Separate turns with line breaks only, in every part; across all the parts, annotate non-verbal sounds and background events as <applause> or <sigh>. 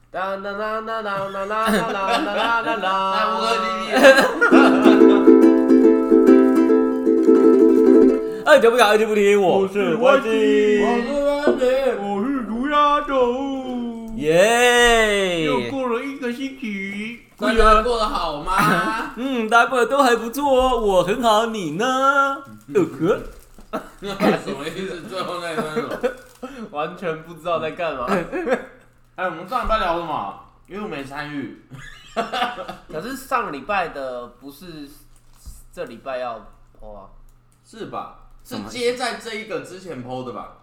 啦啦啦啦啦啦啦啦啦啦啦啦！
哎
爱听不听，爱听不听我。嗯
是外地
我是
我是独家狗。
耶！
又过了一个星期，
大家过得好吗？
嗯，大家过得都还不错哦，我很好，你呢？呃呵，
什么意思？最后那一段是什么？
完全不知道在干嘛。
哎，我们上礼拜聊什么？因为我没参与。
可是上礼拜的不是这礼拜要播啊？
是吧？
什
是
么
接在这一个之前 PO 的吧？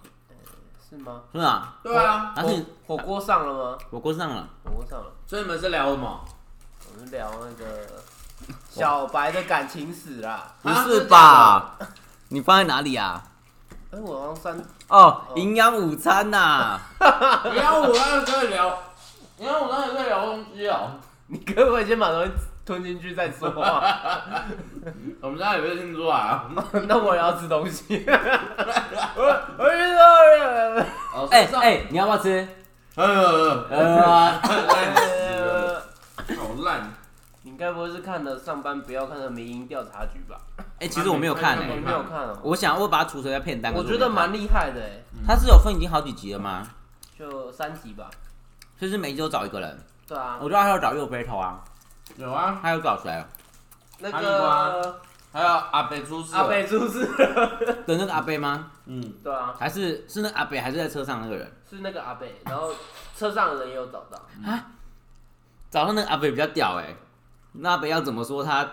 是吗？
是啊，
对啊，
但是
火锅上了吗？
我锅上了，
火锅上了。
所以你们是聊什么？
我们聊那个小白的感情史啦。
不
啊
是吧？你放在哪里啊？
哎、我好像删
哦，
哦
营养午餐呐，
你要我那个在聊，你要我那个在聊东西哦。
你可不可以先把东西吞进去再说话？
我们家也被听出来啊。
<laughs> 那我也要吃东
<laughs>
西。我我知道了。
哦
哎哎，，你要不要吃？
呃呃
呃，
呃，好烂。
你该不会是看了上班不要看的民营调查局吧？
哎，其实我没有看
没
我
有
欸，
没有看哦、
我想我把它储存在片单。
我
可是
觉得
没有看
蛮，厉害的哎，
它是有分已经好几集了吗？
就三集吧。
就是每周找一个人，
对啊
我，知道还有找右飞头啊，
有啊，
还有找谁？
那
哈密瓜
个
还有阿北出事。
阿，贝出 <laughs> 事了。
跟那个阿贝吗？
嗯，
对啊，
还是是那个阿北还是在车上那个人？
是那个阿贝，然后车上的人也有找到。
早上那个阿北比较屌哎、欸，那阿北要怎么说他？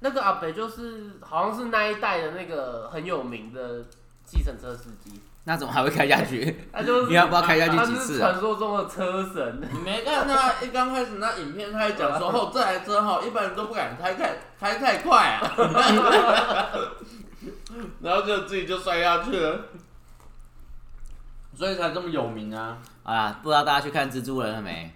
那个阿北就是好像是那一代的那个很有名的计程车司机，
那怎么还会开下去？ <laughs>
他就是
你要不要开下去
他
几
是
次啊？
传说中的车 <laughs> 神。
你没看他一刚开始那影片，他还讲说，哦，这台车哈，一般人都不敢开太开太快 <laughs> 啊。然后就自己就摔下去了，所以才这么有名啊。
好啦，不知道大家去看蜘蛛人了没？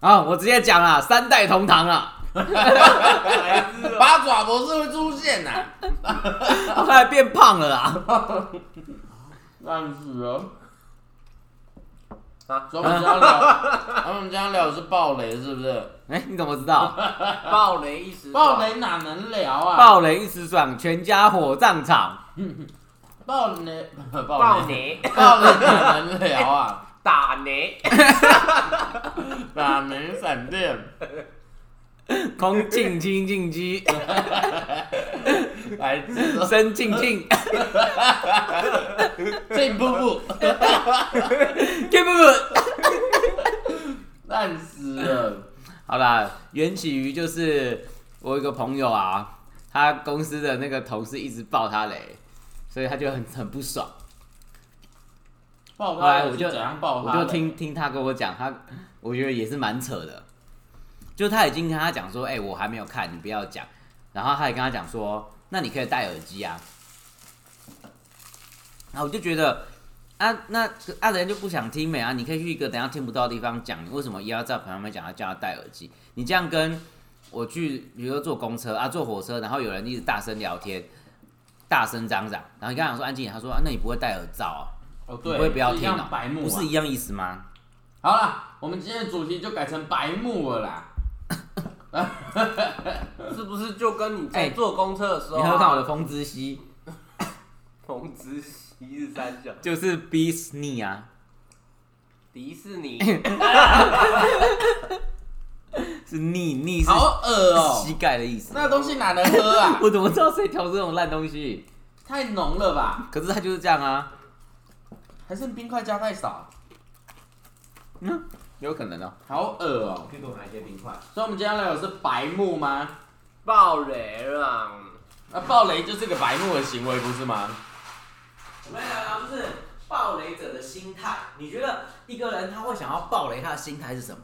啊，我直接讲啦，三代同堂啦，
哦
八爪博士会出现呐、啊，
他还变胖了啦。 <laughs>
烂死了。
啊
所以我们今 <laughs> 天聊，啊我们今天聊的是暴雷，是不是？
哎、你怎么知道？
<laughs> 暴雷一时
暴雷哪能聊啊？
暴雷一时爽，全家火葬场。
暴雷， <laughs> 暴
暴
雷，
雷
暴雷哪能聊啊？ <laughs>
打雷，
哪能闪电？
空静清静机， <laughs>
来自 <laughs>
深静静。
进步步，
<laughs>
<laughs>
Keep it。
烂死了。
好啦，缘起于就是我有一个朋友啊，他公司的那个同事一直爆他雷，所以他就很很不爽。
爆
后
他
来
雷
我就是
怎样爆
我
他雷？
就听听他跟我讲，他我觉得也是蛮扯的，就他已经跟他讲说，哎、我还没有看，你不要讲。然后他也跟他讲说，那你可以戴耳机啊。啊，我就觉得啊，那啊人就不想听美啊，你可以去一个等一下听不到的地方讲，你为什么也要在旁边讲，要叫他戴耳机？你这样跟我去，比如说坐公车啊，坐火车，然后有人一直大声聊天。大声嚷嚷，然后你跟他讲说安静点，他说、啊、那你不会戴耳罩啊？
哦，
你
对，
不会不要
是一
听
样
啊？
白目、啊，
不是一样意思吗？
好啦，我们今天的主题就改成白目了啦。
是不是就跟你
哎
在坐公车的时候、啊
你喝看我的风之息，
红之西是三小
就是 b e s n e 啊，
迪士尼，
是腻腻是
好恶哦、
膝盖的意思。 <laughs>
那东西哪能喝啊？
我怎么知道谁调这种烂东西？
太浓了吧？
可是它就是这样啊，
还是冰块加太少？
有可能哦。
好恶哦、
可以给我拿一些冰块。
所以我们今天聊的是白目吗？
暴雷啦，
那暴雷就是个白目的行为，不是吗？
我们来聊聊就是暴雷者的心态。你觉得一个人他会想要暴雷，他的心态是什么？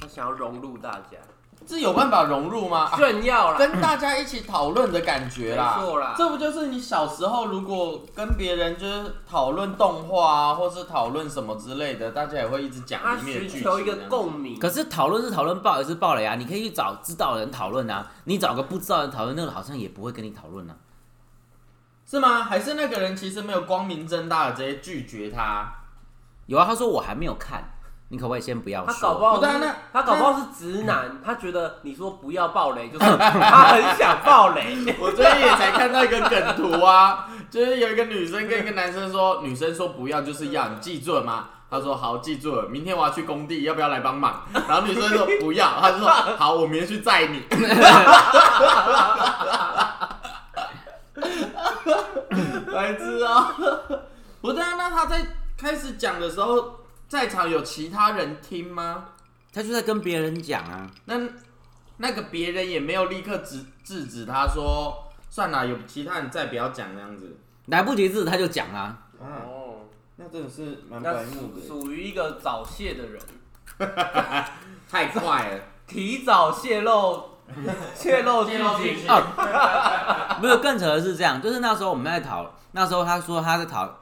他想要融入大家，
这有办法融入吗？啊
炫 <laughs> 耀啦，
跟大家一起讨论的感觉啦，
没错啦
这不就是你小时候如果跟别人就是讨论动画啊，或是讨论什么之类的，大家也会一直
他
讲里面的
寻
剧
求一
情
个
啊。
共鸣。
可是讨论是讨论，暴雷是暴雷啊！你可以去找知道的人讨论啊，你找个不知道的人讨论，那个好像也不会跟你讨论啊。
是吗？还是那个人其实没有光明正大的直接拒绝他？
有啊，他说我还没有看，你可不可以先不要
他
说？
搞不好
不对啊
是
那
他搞不好是直男，他觉得你说不要暴雷，就是他很想暴雷。
<laughs> 我最近也才看到一个梗图啊，就是有一个女生跟一个男生说，女生说不要就是要，你记住了吗？他说好，记住了。明天我要去工地，要不要来帮忙？然后女生说不要，他就说好，我明天去载你。白痴啊！不对啊，那他在开始讲的时候，在场有其他人听吗？
他就在跟别人讲啊，
那那个别人也没有立刻制制止他说，算了，有其他人再不要讲这样子。
来不及字他就讲啊，
啊，
哦，
那真的是蛮
那属属于一个早泄的人，
太快了。
提早泄露泄露剧情。
没有更扯的是这样，就是那时候我们在讨，那时候他说他在讨，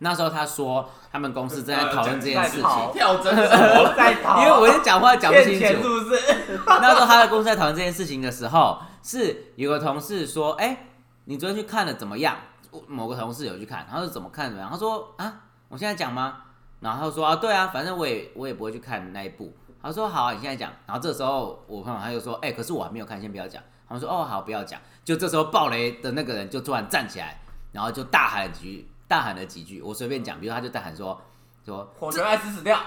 那时候他说他们公司正在讨论这件事
在讨
情，
跳针什么？
在逃，啊
因为我在讲话讲不
骗
清
钱
楚
是，不是？
<laughs> 那时候他的公司在讨论这件事情的时候，是有个同事说：“哎、你昨天去看了怎么样？”我某个同事有去看，他说怎么看怎么样？他说：“啊，我现在讲吗？”然后他说：“啊，对啊，反正我也我也不会去看那一部。”他说：“好、啊，你现在讲。”然后这时候我朋友他就说：“哎、可是我还没有看，先不要讲。”他们说：“哦，好，不要讲。”就这时候暴雷的那个人就突然站起来，然后就大喊了几句，大喊了几句，我随便讲，比如他就大喊说：“说
火球爱吃死掉，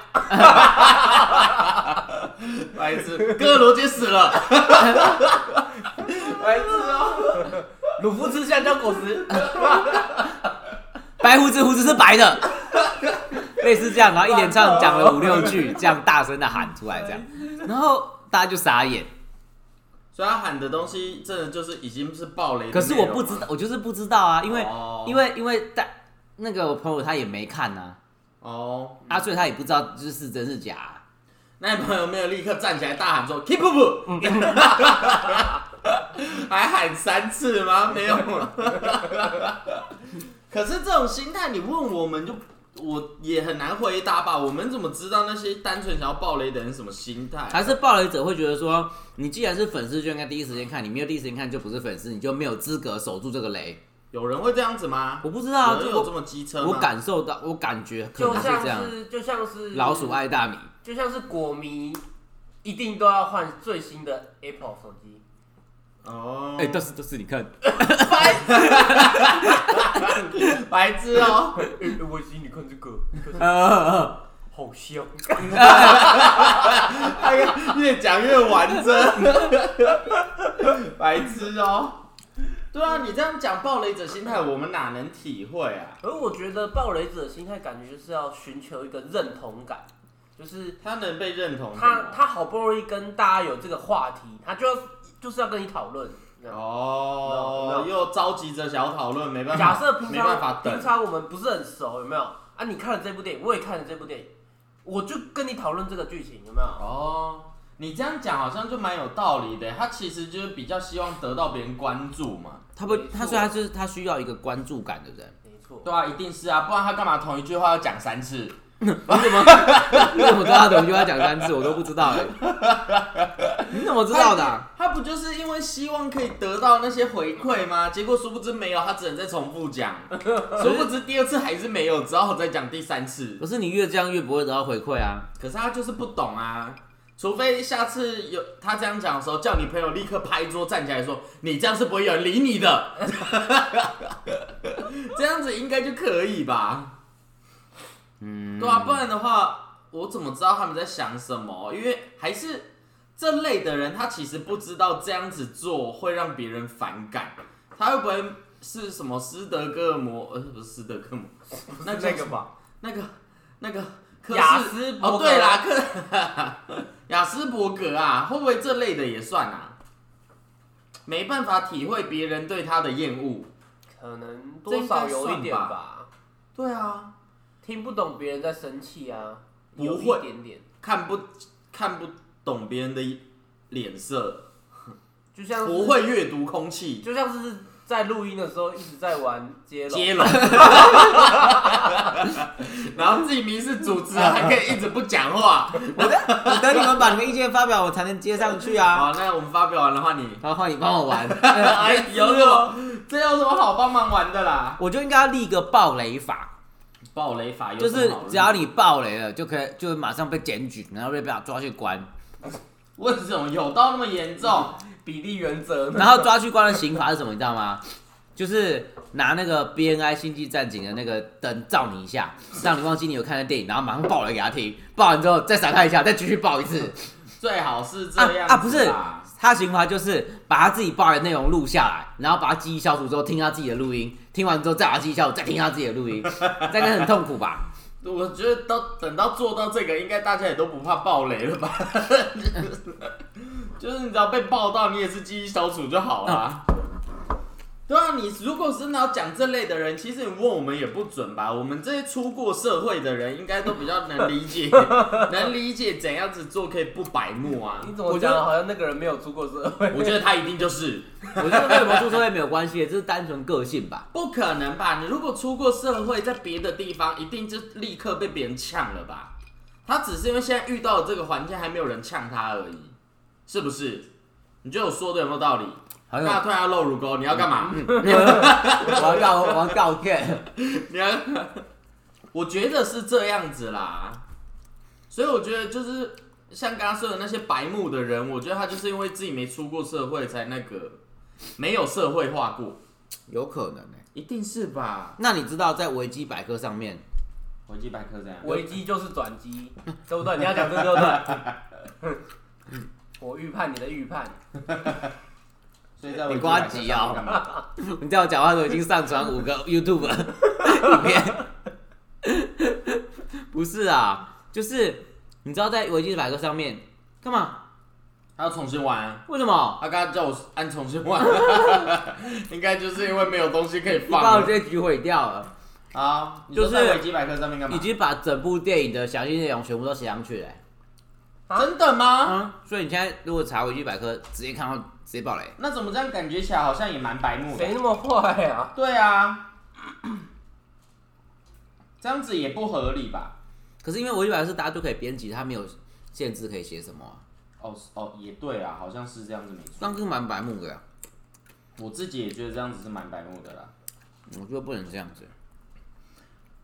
白痴，哥罗杰死了。
白痴哦！鲁夫吃香蕉果实，
白胡子胡子是白的，类似这样，然后一连串讲了五六句，这样大声的喊出来，这样，然后大家就傻眼。
所以他喊的东西真的就是已经是暴雷的内容了。
可是我不知道，我就是不知道啊，因为、
哦
因为因为大那个我朋友他也没看呐、
哦，
啊，所以他也不知道就是是真是假啊、
那你朋友没有立刻站起来大喊说 “keep
嗯
up”，还喊三次吗？没有。啊 <laughs> 可是这种心态，你问我们就我也很难回答吧？我们怎么知道那些单纯想要暴雷的人什么心态？
还是暴雷者会觉得说，你既然是粉丝，就应该第一时间看，你没有第一时间看就不是粉丝，你就没有资格守住这个雷。
有人会这样子吗？
我不知道，啊
有人
就
有这
我
么机车吗？
我感受到，我感觉
<laughs>
可
就
啊能是
像
这样，
是就像是
老鼠，爱大米。
就像是果迷，一定都要换最新的 Apple 手机。
哦，
哎、但是但是你看， <laughs>
白痴
<laughs>
哦、
<laughs> 哎，我行，你看这个，
呃，
好香。
哎呀，越讲越完整， <laughs> 白痴哦、对啊，你这样讲暴雷者心态，我们哪能体会啊？
<laughs> 而我觉得暴雷者的心态，感觉就是要寻求一个认同感，就是
他能被认同什
他
么？
他好不容易跟大家有这个话题，他就要就是要跟你讨论。
哦，
No，no
又着急着想要讨论，没办
<laughs>
法，
假设平
没办法
常平
等。
常我们不是很熟，有没有啊？你看了这部电影，我也看了这部电影，我就跟你讨论这个剧情，有没有？
哦，你这样讲好像就蛮有道理的。他其实就是比较希望得到别人关注嘛。
他不
没，错
他说他就是他需要一个关注感，对不对？ <laughs>
没错，
对啊，一定是啊，不然他干嘛同一句话要讲三次？
你怎么知道他怎么就要讲三次？我都不知道
<laughs>
哎、你怎么知道的啊、
他不就是因为希望可以得到那些回馈吗？结果殊不知没有，他只能再重复讲。殊不知第二次还是没有，只好再讲第三次。
可是你越这样越不会得到回馈啊！ <laughs>
可是他就是不懂啊，除非下次有他这样讲的时候，叫你朋友立刻拍桌站起来说：“你这样是不会有人理你的。” <laughs> 这样子应该就可以吧？
嗯，
对啊，不然的话，我怎么知道他们在想什么？因为还是这类的人，他其实不知道这样子做会让别人反感，他会不会是什么斯德哥尔摩？呃，不是斯德哥尔摩，那
那个
叫
吧，
那个那个科
雅
氏
斯伯格
哦，对啦，克 <laughs> 雅斯伯格啊，会不会这类的也算啊？没办法体会别人对他的厌恶。
可能多少有一点吧，
对啊，
听不懂别人在生气啊，
不
有
会
一点点，
看不看不懂别人的脸色，
就像是
不，会阅读空气，
就像是在录音的时候一直在玩接龙，
接龙。然后自己迷是主持人，还可以一直不讲话。
我等你们把你们意见发表，我才能接上去啊。 <laughs>
好，那我们发表完的话，你
然后换你帮我玩， <laughs>
哎 <laughs> 哎有什么？这有什么好帮忙玩的啦？
我就应该要立一个暴雷法，
暴雷法有
就
什么
是
好论
只要你爆雷了，就可以就马上被检举，然后被被抓去关，
为什么有到那么严重？
比例原则。 <laughs>
然后抓去关的刑罚是什么，你知道吗？就是拿那个 BNI 星际战警的那个灯照你一下，让你忘记你有看的电影，然后马上爆雷给他听，爆完之后再闪他一下，再继续爆一次。
最好是这
啊
样
啊，不
子
是
啦，
他刑罚就是把他自己爆的内容录下来，然后把他记忆消除之后，听他自己的录音，听完之后再把它记忆消除，再听他自己的录音，这样应该很痛苦吧？
我觉得到等到做到这个，应该大家也都不怕爆雷了吧？ <laughs> 就是你只要被爆到，你也是记忆消除就好
啊
啦。对啊，你如果真的要讲这类的人，其实你问我们也不准吧？我们这些出过社会的人，应该都比较能理
<laughs>
解，能理解怎样子做可以不白目啊。
你怎么
我觉
讲
得
得好像那个人没有出过社会？
我觉得他一定就是
我觉得跟有没有出社会没有关系，这是单纯个性吧。
不可能吧？你如果出过社会，在别的地方，一定就立刻被别人呛了吧？他只是因为现在遇到的这个环境还没有人呛他而已，是不是？你觉得我说的有没有道理？
好像
大突然要露乳沟，你要干嘛？
我要道我要道歉。
你要？ <laughs> 我觉得是这样子啦，所以我觉得就是像刚刚说的那些白目的人，我觉得他就是因为自己没出过社会才那个没有社会化过，
有可能欸
一定是吧？
那你知道在维基百科上面，
维基百科这样
危机就是转机， <laughs> 对不对？你要讲这个对不对？ <laughs> 我预判你的预判，
所以在
你瓜吉
哦
啊你在我讲话的时候已经上传五个 YouTube 影片。不是啊，就是你知道在维基百科上面干嘛？
他要重新玩，
为什么？
他刚刚叫我按重新
<laughs>
玩，应该就是因为没有东西可以
你把
放
我
了
这局毁掉了，
啊。你
就是
说在维基百科上面干
已
嘛？
经把整部电影的详细内容全部都写上去了欸、
啊
真的吗？
嗯，所以你现在如果查维基百科，直接看到直接爆雷。
那怎么这样感觉起来好像也蛮白目
谁
的？
那么坏啊？
对啊， <clears throat> 这样子也不合理吧？
可是因为维基百科是大家都可以编辑，它没有限制可以写什么、啊，
哦哦，也对啊，好像是这样子没错。
那更蛮白目的、啊。
我自己也觉得这样子是蛮白目的啦。
我觉得不能这样子。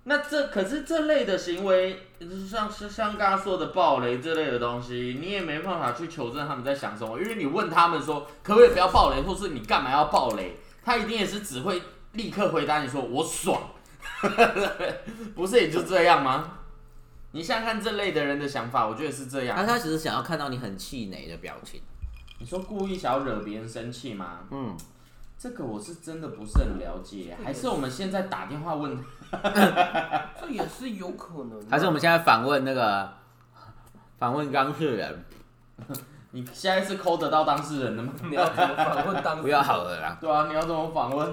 那这可是这类的行为，就是像是像刚刚说的暴雷这类的东西，你也没办法去求证他们在想什么，因为你问他们说可不可以不要暴雷，或是你干嘛要暴雷，他一定也是只会立刻回答你说我爽， <laughs> 不是也就这样吗？你想想看这类的人的想法，我觉得是这
啊他
样。
他只是想要看到你很气馁的表情。
你说故意想要惹别人生气吗？
嗯，
这个我是真的不是很了解，还是我们现在打电话问他？
这也是有可能、啊。
还是我们现在反问那个 <laughs> 反问当事人，
你现在是抠得到当事人的吗？
你要怎么反问当？
不要好。了啦。
对啊，你要怎么访问？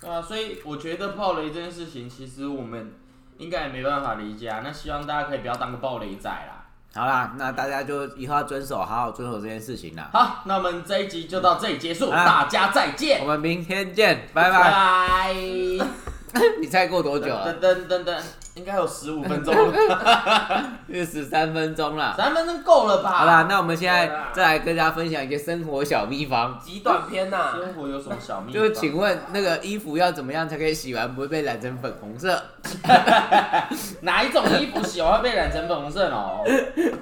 对啊，所以我觉得暴雷这件事情，其实我们应该也没办法理解啊。那希望大家可以不要当个暴雷仔啦。
好啦，那大家就以后要遵守，好好遵守这件事情啦。
好，那我们这一集就到这里结束，
好啦
大家再
我
见，
们明天见，拜
拜
拜。
拜。
你猜过多久啊了？
噔噔噔噔，应该有十五分钟了，
是十三分钟啦。
三分钟够了吧？
好啦，那我们现
好
在
啦
再来跟大家分享一些生活小秘方，
极短篇呐、
生活有什么小秘密？
就是请问那个衣服要怎么样才可以洗完不会被染成粉红色？
哪一种衣服洗完会被染成粉红色哦？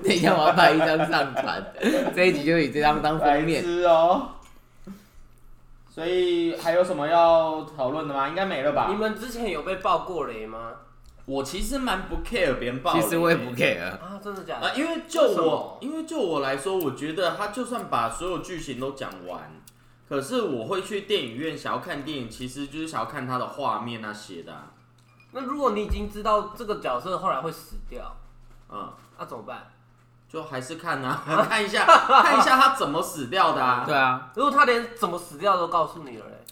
等一下我要拍一张上传，
<laughs>
这一集就以这张当
白
封面。
痴哦。所以还有什么要讨论的吗？应该没了吧？
你们之前有被爆过雷吗？
我其实蛮不 care 别人爆
其
雷，
实我也不 care。
啊，真的假的？
啊，因为就
为什
我
么，
因为就我来说，我觉得他就算把所有剧情都讲完，可是我会去电影院想要看电影，其实就是想要看他的画面那些的啊、
那如果你已经知道这个角色后来会死掉，
嗯，
那、怎么办？
就还是看啊， <laughs> 看一下，看一下他怎么死掉的啊。
对啊，
如果他连怎么死掉都告诉你了嘞，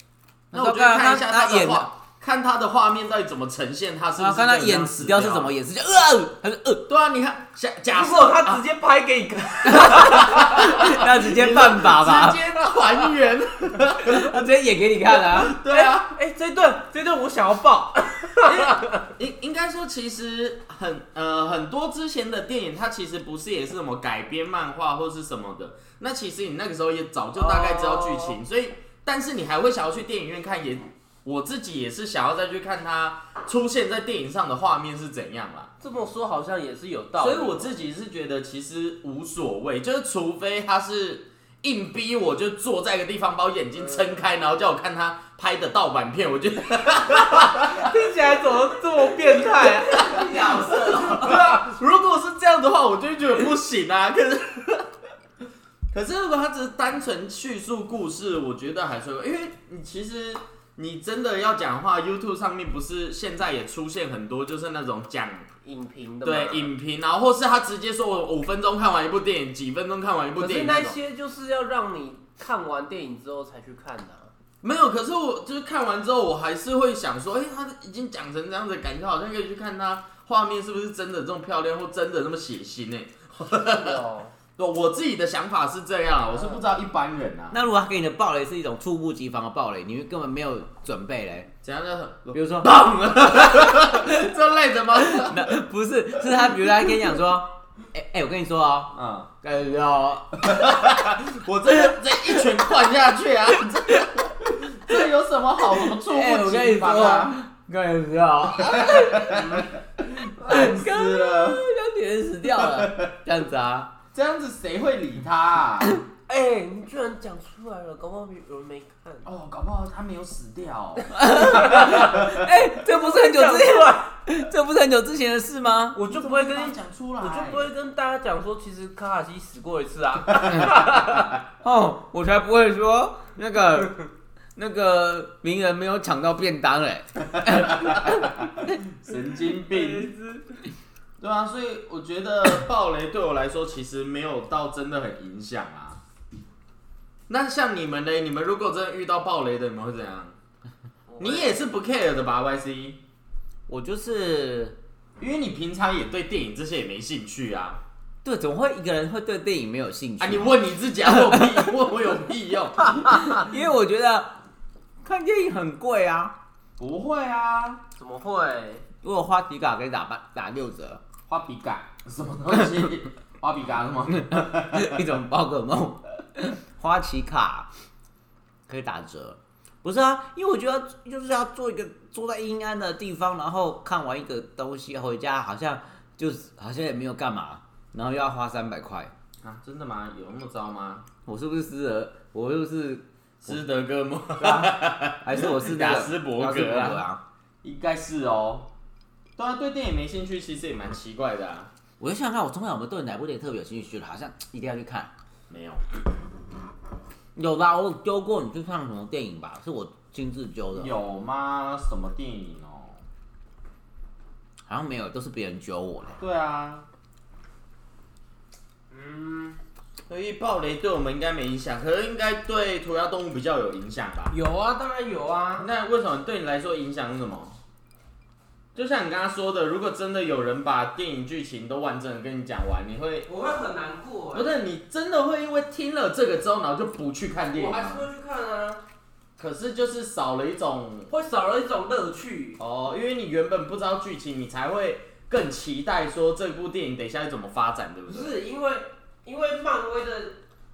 那我就
那
看一下
他
的
演
画，看他的画面到底怎么呈现，他是不
然
是
后啊看他
真的这样
演死掉是怎么
死
演死掉，呃，他就呃，
掉？对啊，你看，假假
如
设
果他直接拍给你看，
<laughs> 那直接犯法
直
吧，
接还
<laughs>
原，
他直接演给你看啊。
对啊。
哎、这一段这一段我想要爆，
应应该说，其实很呃很多之前的电影，它其实不是也是什么改编漫画或是什么的。
哦
那其实你那个时候也早就大概知道剧情，所以但是你还会想要去电影院看也，我自己也是想要再去看他出现在电影上的画面是怎样啦。
这么说好像也是有道
所
理。
以我自己是觉得其实无所谓，就是除非他是硬逼我，就坐在一个地方把我眼睛撑开，然后叫我看他拍的盗版片，我就
听起来怎么这么变态啊？
角色哦，
对啊，如果是这样的话，我就会觉得不行啊。 <laughs> 可是，可是如果他只是单纯叙述故事，我觉得还是会，因为你其实你真的要讲的话，YouTube 上面不是现在也出现很多就是那种讲
影评的嘛
对影评，然后或是他直接说我五分钟看完一部电影，几分钟看完一部
可
电
是
影
那
种。
些就是要让你看完电影之后才去看的啊、
没有，可是我就是看完之后，我还是会想说，哎、他已经讲成这样子，感觉好像可以去看他画面是不是真的这么漂亮，或真的那么血腥欸呢、
是哦，
我我自己的想法是这样啊，我是不知道一般人啊，
那如果他给你的暴雷是一种猝不及防的暴雷，你根本没有准备嘞。
怎样叫很
比如说， <laughs>
棒啊， <laughs> 这类的吗？
那不是，是他，比如他跟你讲说，哎、哎、我跟你说哦，
嗯，
哎呦，
我真的这一拳灌下去啊，这这有什么好什么猝
哎、
不
我跟
及
你
防
说
啊？，
跟你哦 <laughs> 说，
烦死了，
让别人死掉了，这样子啊，
这样子谁会理他啊？
哎、你居然讲出来了，搞不好有人没看。
哦，搞不好他没有死掉。
哎、这不是很久
讲
之
出
前，
来，
这不是很久之前的事吗？
我就不会跟你讲，
讲出来，
我就不会跟大家讲说，其实卡卡西死过一次 <laughs> 啊。
哦，我才不会说那个那个名人没有抢到便当哎嘞、
神经病。对啊，所以我觉得暴雷对我来说其实没有到真的很影响啊。那像你们嘞，你们如果真的遇到暴雷的，你们会怎样？你也是不 care 的吧，YC？
我就是
因为你平常也对电影这些也没兴趣啊。
对，怎么会一个人会对电影没有兴趣？
啊，你问你自己啊，我有屁， <laughs> 问我有屁用？
因为我觉得看电影很贵啊，
不会啊，
怎么会？
如果花迪卡可以打八打六折， <laughs>
花笔杆什么东西？花笔杆是吗？
一种宝可梦， <laughs> 花旗卡可以打折。不是啊，因为我觉得就是要做一个坐在阴暗的地方，然后看完一个东西回家，好像就是好像也没有干嘛，然后又要花三百块，
啊，真的吗？有那么糟吗？
我是不是失德？我是不是
斯德哥吗？
还是我是那个
雅斯伯格啊
雅斯伯格啊？
应该是哦。对啊，对电影没兴趣，其实也蛮奇怪的啊。
我就想想看，我从小有没有对哪部电影特别有兴趣，觉得好像一定要去看。
没有，
有啦，我有揪过你去看什么电影吧？是我亲自揪的，
有吗？什么电影哦？
好像没有，都是别人揪我的。
对啊，
嗯，
所以暴雷对我们应该没影响，可是应该对涂鸦动物比较有影响吧？
有啊，当然有啊。
那为什么对你来说影响是什么？就像你刚刚说的，如果真的有人把电影剧情都完整的跟你讲完，你会
我会很难过、欸
不是你真的会因为听了这个之后，然后就不去看电
我
影
还是
吗？
会去看啊，
可是就是少了一种
会少了一种乐趣。
哦，因为你原本不知道剧情，你才会更期待说这部电影等一下要怎么发展，对不
不
对？
是因为，因为漫威的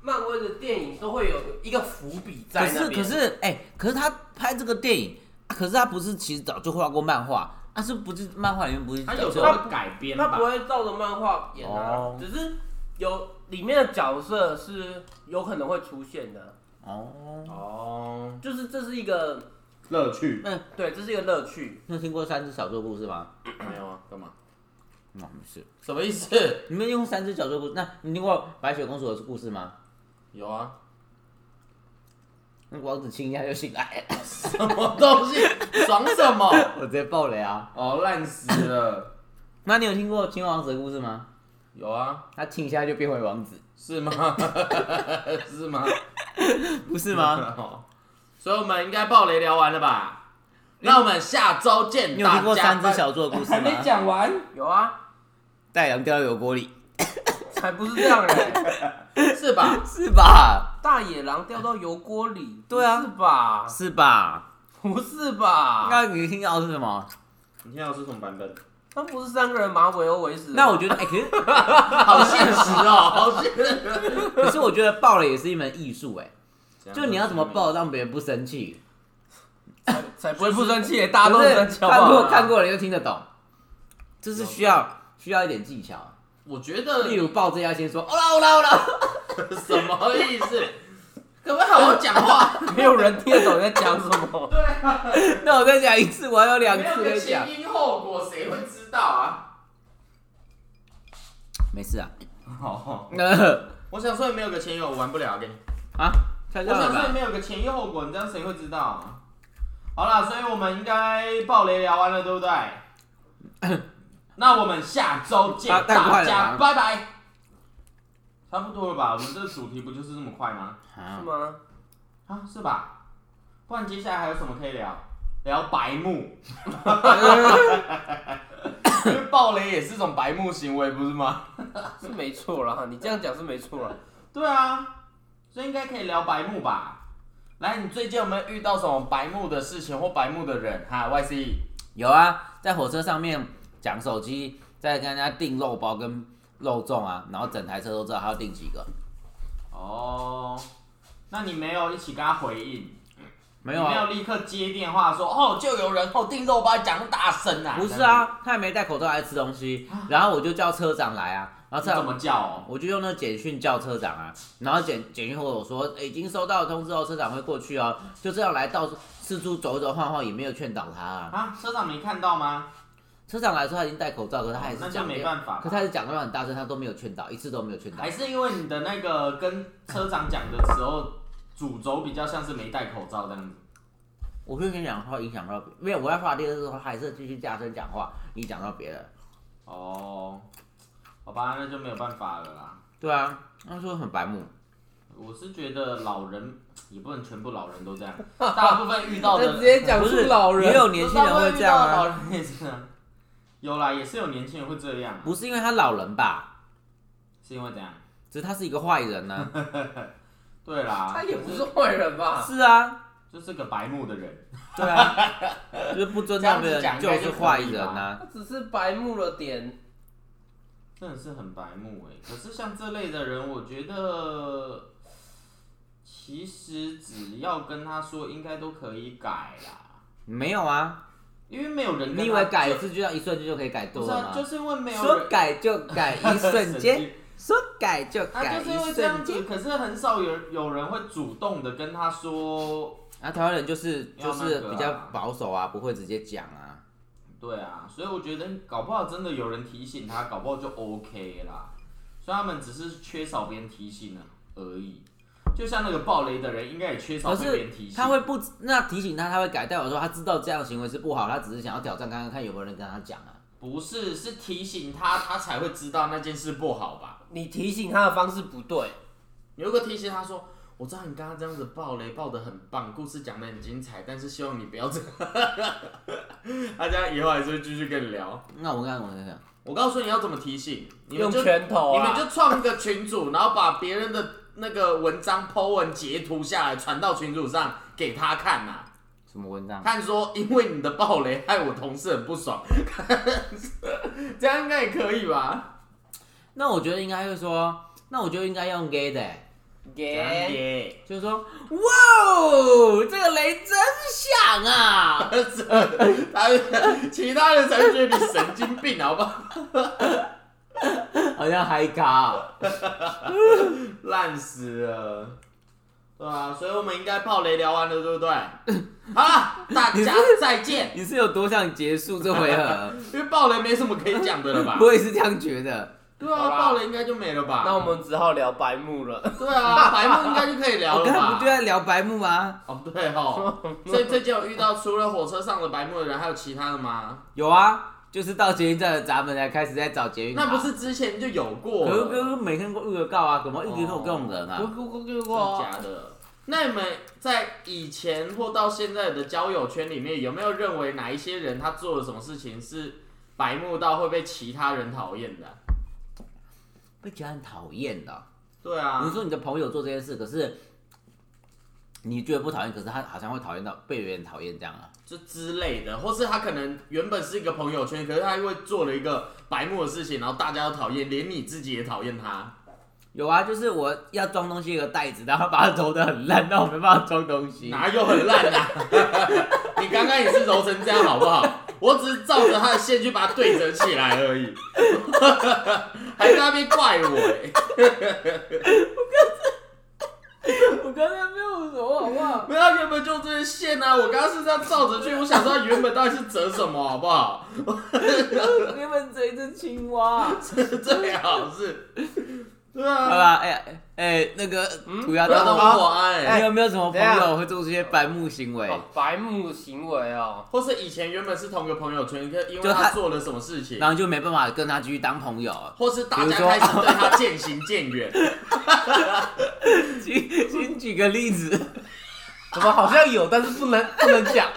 漫威的电影都会有一个伏笔
可
在那
是
边。
可是哎、可是他拍这个电影，啊可是他不是其实早就画过漫画，啊是不是漫画里面不是
它
早
有时
就
候会改编
他
吧
不？会照着漫画演啊，
哦
只是有里面的角色是有可能会出现的，
哦？
哦，
就是这是一个
乐趣
那
对，这是一个乐趣。
你有听过三只小说故事吗？
没有啊？干嘛？
嗯，没事。
什么意思？ <laughs>
你们用三只小说故事，那你听过白雪公主的故事吗？
有啊？
那王子亲一下就醒来了，
什么东西？爽什么？ <laughs>
我直接爆雷啊！
哦，烂死了！
那你有听过青蛙王子的故事吗？
有啊？
他亲一下就变回王子，
是吗？ <laughs> 是吗？
不是吗？
<laughs> 哦？所以我们应该暴雷聊完了吧？那我们下周见
你有
大
听
家
过
拜。
三只小猪的故事
还
吗？
没讲完，
有啊，
带羊掉油锅里，
才不是这样嘞、
<laughs>
是吧？
是吧？
大野狼掉到油锅里，
对啊
不是吧？
是吧？
不是吧？
那你听到的是什么？
你听到是什么版本？
那不是三个人马尾欧围死？
那我觉得，哎、可是
好现实哦，好现实。
可是我 <laughs> 觉得爆了也是一门艺术，哎，就你要怎么爆让别人不生气？
才才
不会不生
生。
气，大家都
可
很
是
生气，好不
看过
好？
看过人就听得懂，这是需要需要一点技巧。
我觉得
例如报这要先说，哦啦哦啦哦啦，
<laughs>
<laughs>
什么意思？可不可以好好讲话？
没有人听得懂你在讲什么。
<laughs> 对 <laughs> 啊，
<laughs> 那我再讲一次，我还有两
没有
次可
个
以讲
前。因后果，谁会知道啊？
<laughs> 没事啊，
哦，
呃
<laughs> 我想说也没有个前因，我玩不了给你。
<laughs> 啊，笑
我
笑了
想说也
吧。
没有个前因后果，你这样谁会知道啊？好啦，所以我们应该暴雷聊完了，对不对？ <laughs> 那我们下周见，
啊太
大
快了
家
吧
拜拜。差不多了吧？我们这个主题不就是这么快吗？
<laughs> 是
啊
吗？ <laughs>
啊，是吧？不然接下来还有什么可以聊？聊白目，因为暴雷也是种白目行为，不是吗？
是没错啦，你这样讲是没错啦。
对啊，所以应该可以聊白目吧？来，你最近有没有遇到什么白目的事情或白目的人？哈，Y C，
有啊，在火车上面讲手机，在跟人家订肉包跟肉粽啊，然后整台车都知道他要订几个。
哦，那你没有一起跟他回应，
没有
你没有
啊，
立刻接电话说哦，就有人哦订肉包讲那么大声啊？
不是，啊，他也没戴口罩来吃东西，然后我就叫车长来啊，然后
这
车
啊怎
长
么叫哦？
我就用那简讯叫车长啊，然后简简讯回我说、欸已经收到通知哦，车长会过去哦，就这样来到四处走一走晃晃，也没有劝导他啊。
啊，车长没看到吗？
车长来说他已经戴口罩，可是他还是
哦那就
讲得
没办法吧
可是他还是讲到很大声，他都没有劝导，一次都没有劝导
还。是因为你的那个跟车长讲的时候，主轴比较像是没戴口罩这样子。
我会跟你讲话影响到别，没有我在话第二次的时候还是继续大声讲话，影响到别人。
哦，好吧，那就没有办法了啦。
对啊，他说很白目，
我是觉得老人也不能全部老人都这
<laughs>
样，大部分遇到的
直
<laughs>
接讲
不
出
是
老
也
人，
有年轻人会
大部分
这样
遇到的
啊，
老人也是这样。 <laughs> 有啦，也是有年轻人会这样啊、
不是因为他老人吧，
是因为怎样？
只是他是一个坏人呢、
<laughs> 对啦，
他也不是坏人吧？
是啊。
就是个白目的人，
对啊，就是不尊重别
这样子
人就
讲应该
是
就
坏
可以
人啊
吧
呐、
他只是白目了点，
真的是很白目哎、可是像这类的人，我觉得其实只要跟他说，应该都可以改啦，
没有啊，
因为没有人跟他
你以为改一
就
次就要一瞬间就可以改
不
多
是、
了
啊，
吗？
就是因为没有
说
人
改就改一瞬
神 <laughs>
间，
经
说改就
他
改
啊就是因
一
为这样
瞬
子，
间。
可是很少有有人会主动的跟他说，
啊，台湾人就是
要
就
那个啊
是比较保守啊，不会直接讲啊。
对啊，所以我觉得搞不好真的有人提醒他，搞不好就 OK 啦。所以他们只是缺少别人提醒了而已。就像那个暴雷的人，应该也缺少
可
被别
是
人提醒。
他会不那提醒他，他会改，代表说他知道这样的行为是不好，他只是想要挑战看看看有没有人跟他讲啊。
不是是提醒他，他才会知道那件事不好吧？
你提醒他的方式不对，
你如果提醒他说，我知道你刚刚这样子爆雷爆的很棒，故事讲的很精彩，但是希望你不要这样。他这样以 <laughs> 后还是会继续跟你聊。
那我刚我跟你讲，
我告诉你要怎么提醒，你们
用
就
拳头
你
啊！
们就创一个群组，然后把别人的那个文章 po 文截图下来，传到群组上给他看呐、
什么文章？
看说因为你的暴雷害我同事很不爽， <laughs> 这样应该也可以吧？
那我觉得应该会说，那我就应该用 gay 的欸、
哎耶，
就是说，哇哦，这个雷真响啊！
是他其他人才觉得你神经病，好不好？
好像嗨咖、哦，
烂死了。对啊，所以我们应该暴雷聊完了，对不对？好了，大家再见。
你是有多想结束这回合？ <laughs>
因为暴雷没什么可以讲的了吧？
我也是这样觉得。
对啊，
好啦
爆了应该就没了吧？
那我们只好聊白目了。
对啊，白目应该就可以聊
我
了
刚才
吧
不就？啊在聊白目吗？
哦，对哦，所以最近有遇到除了火车上的白目的人，还有其他的吗？
有啊，就是到捷运站的闸门才开始在找捷运卡。
那不是之前就有过
可是
了？
可是每天预告啊，怎么一直都有这种人
我
啊？
我我我
真的
我，
假的？那你们在以前或到现在的交友圈里面，有没有认为哪一些人他做了什么事情是白目到会被其他人讨厌的？
被其他人讨厌的哦。
对
比如
啊，
说你的朋友做这件事，可是你觉得不讨厌，可是他好像会讨厌到被别人讨厌这样啊？
就之类的，或是他可能原本是一个朋友圈，可是他因为做了一个白目的事情，然后大家都讨厌，连你自己也讨厌他。
有啊，就是我要装东西有个袋子，然后把它揉得很烂，那我没办法装东西。
哪有很烂啊？ <laughs> 你刚刚也是揉成这样好不好？我只是照着他的线去把它对折起来而已， <laughs> 还在那边怪我、欸。
我刚才没有揉，好不好？
没有，他原本就这些线啊，我刚刚是这样照着去，我想说他原本到底是折什么，好不好？ <laughs>
原本只有一只青蛙，
最好啊是，对
好
啊，
吧，哎哎，那个涂鸦
不要
大
动
王，
我啊哎爱、
你有没有什么朋
等一
友
下
会做出一些白目行为？
哦白目行为哦，
或是以前原本是同个朋友圈，可因
就
为
他
他做了什么事情
然，后就没办法跟他继续当朋友了，
或是大
比如
家
说
开始对他渐行渐 <laughs> 远。
请请举个例子，
怎么好像有，但是不能 <laughs> 不能讲。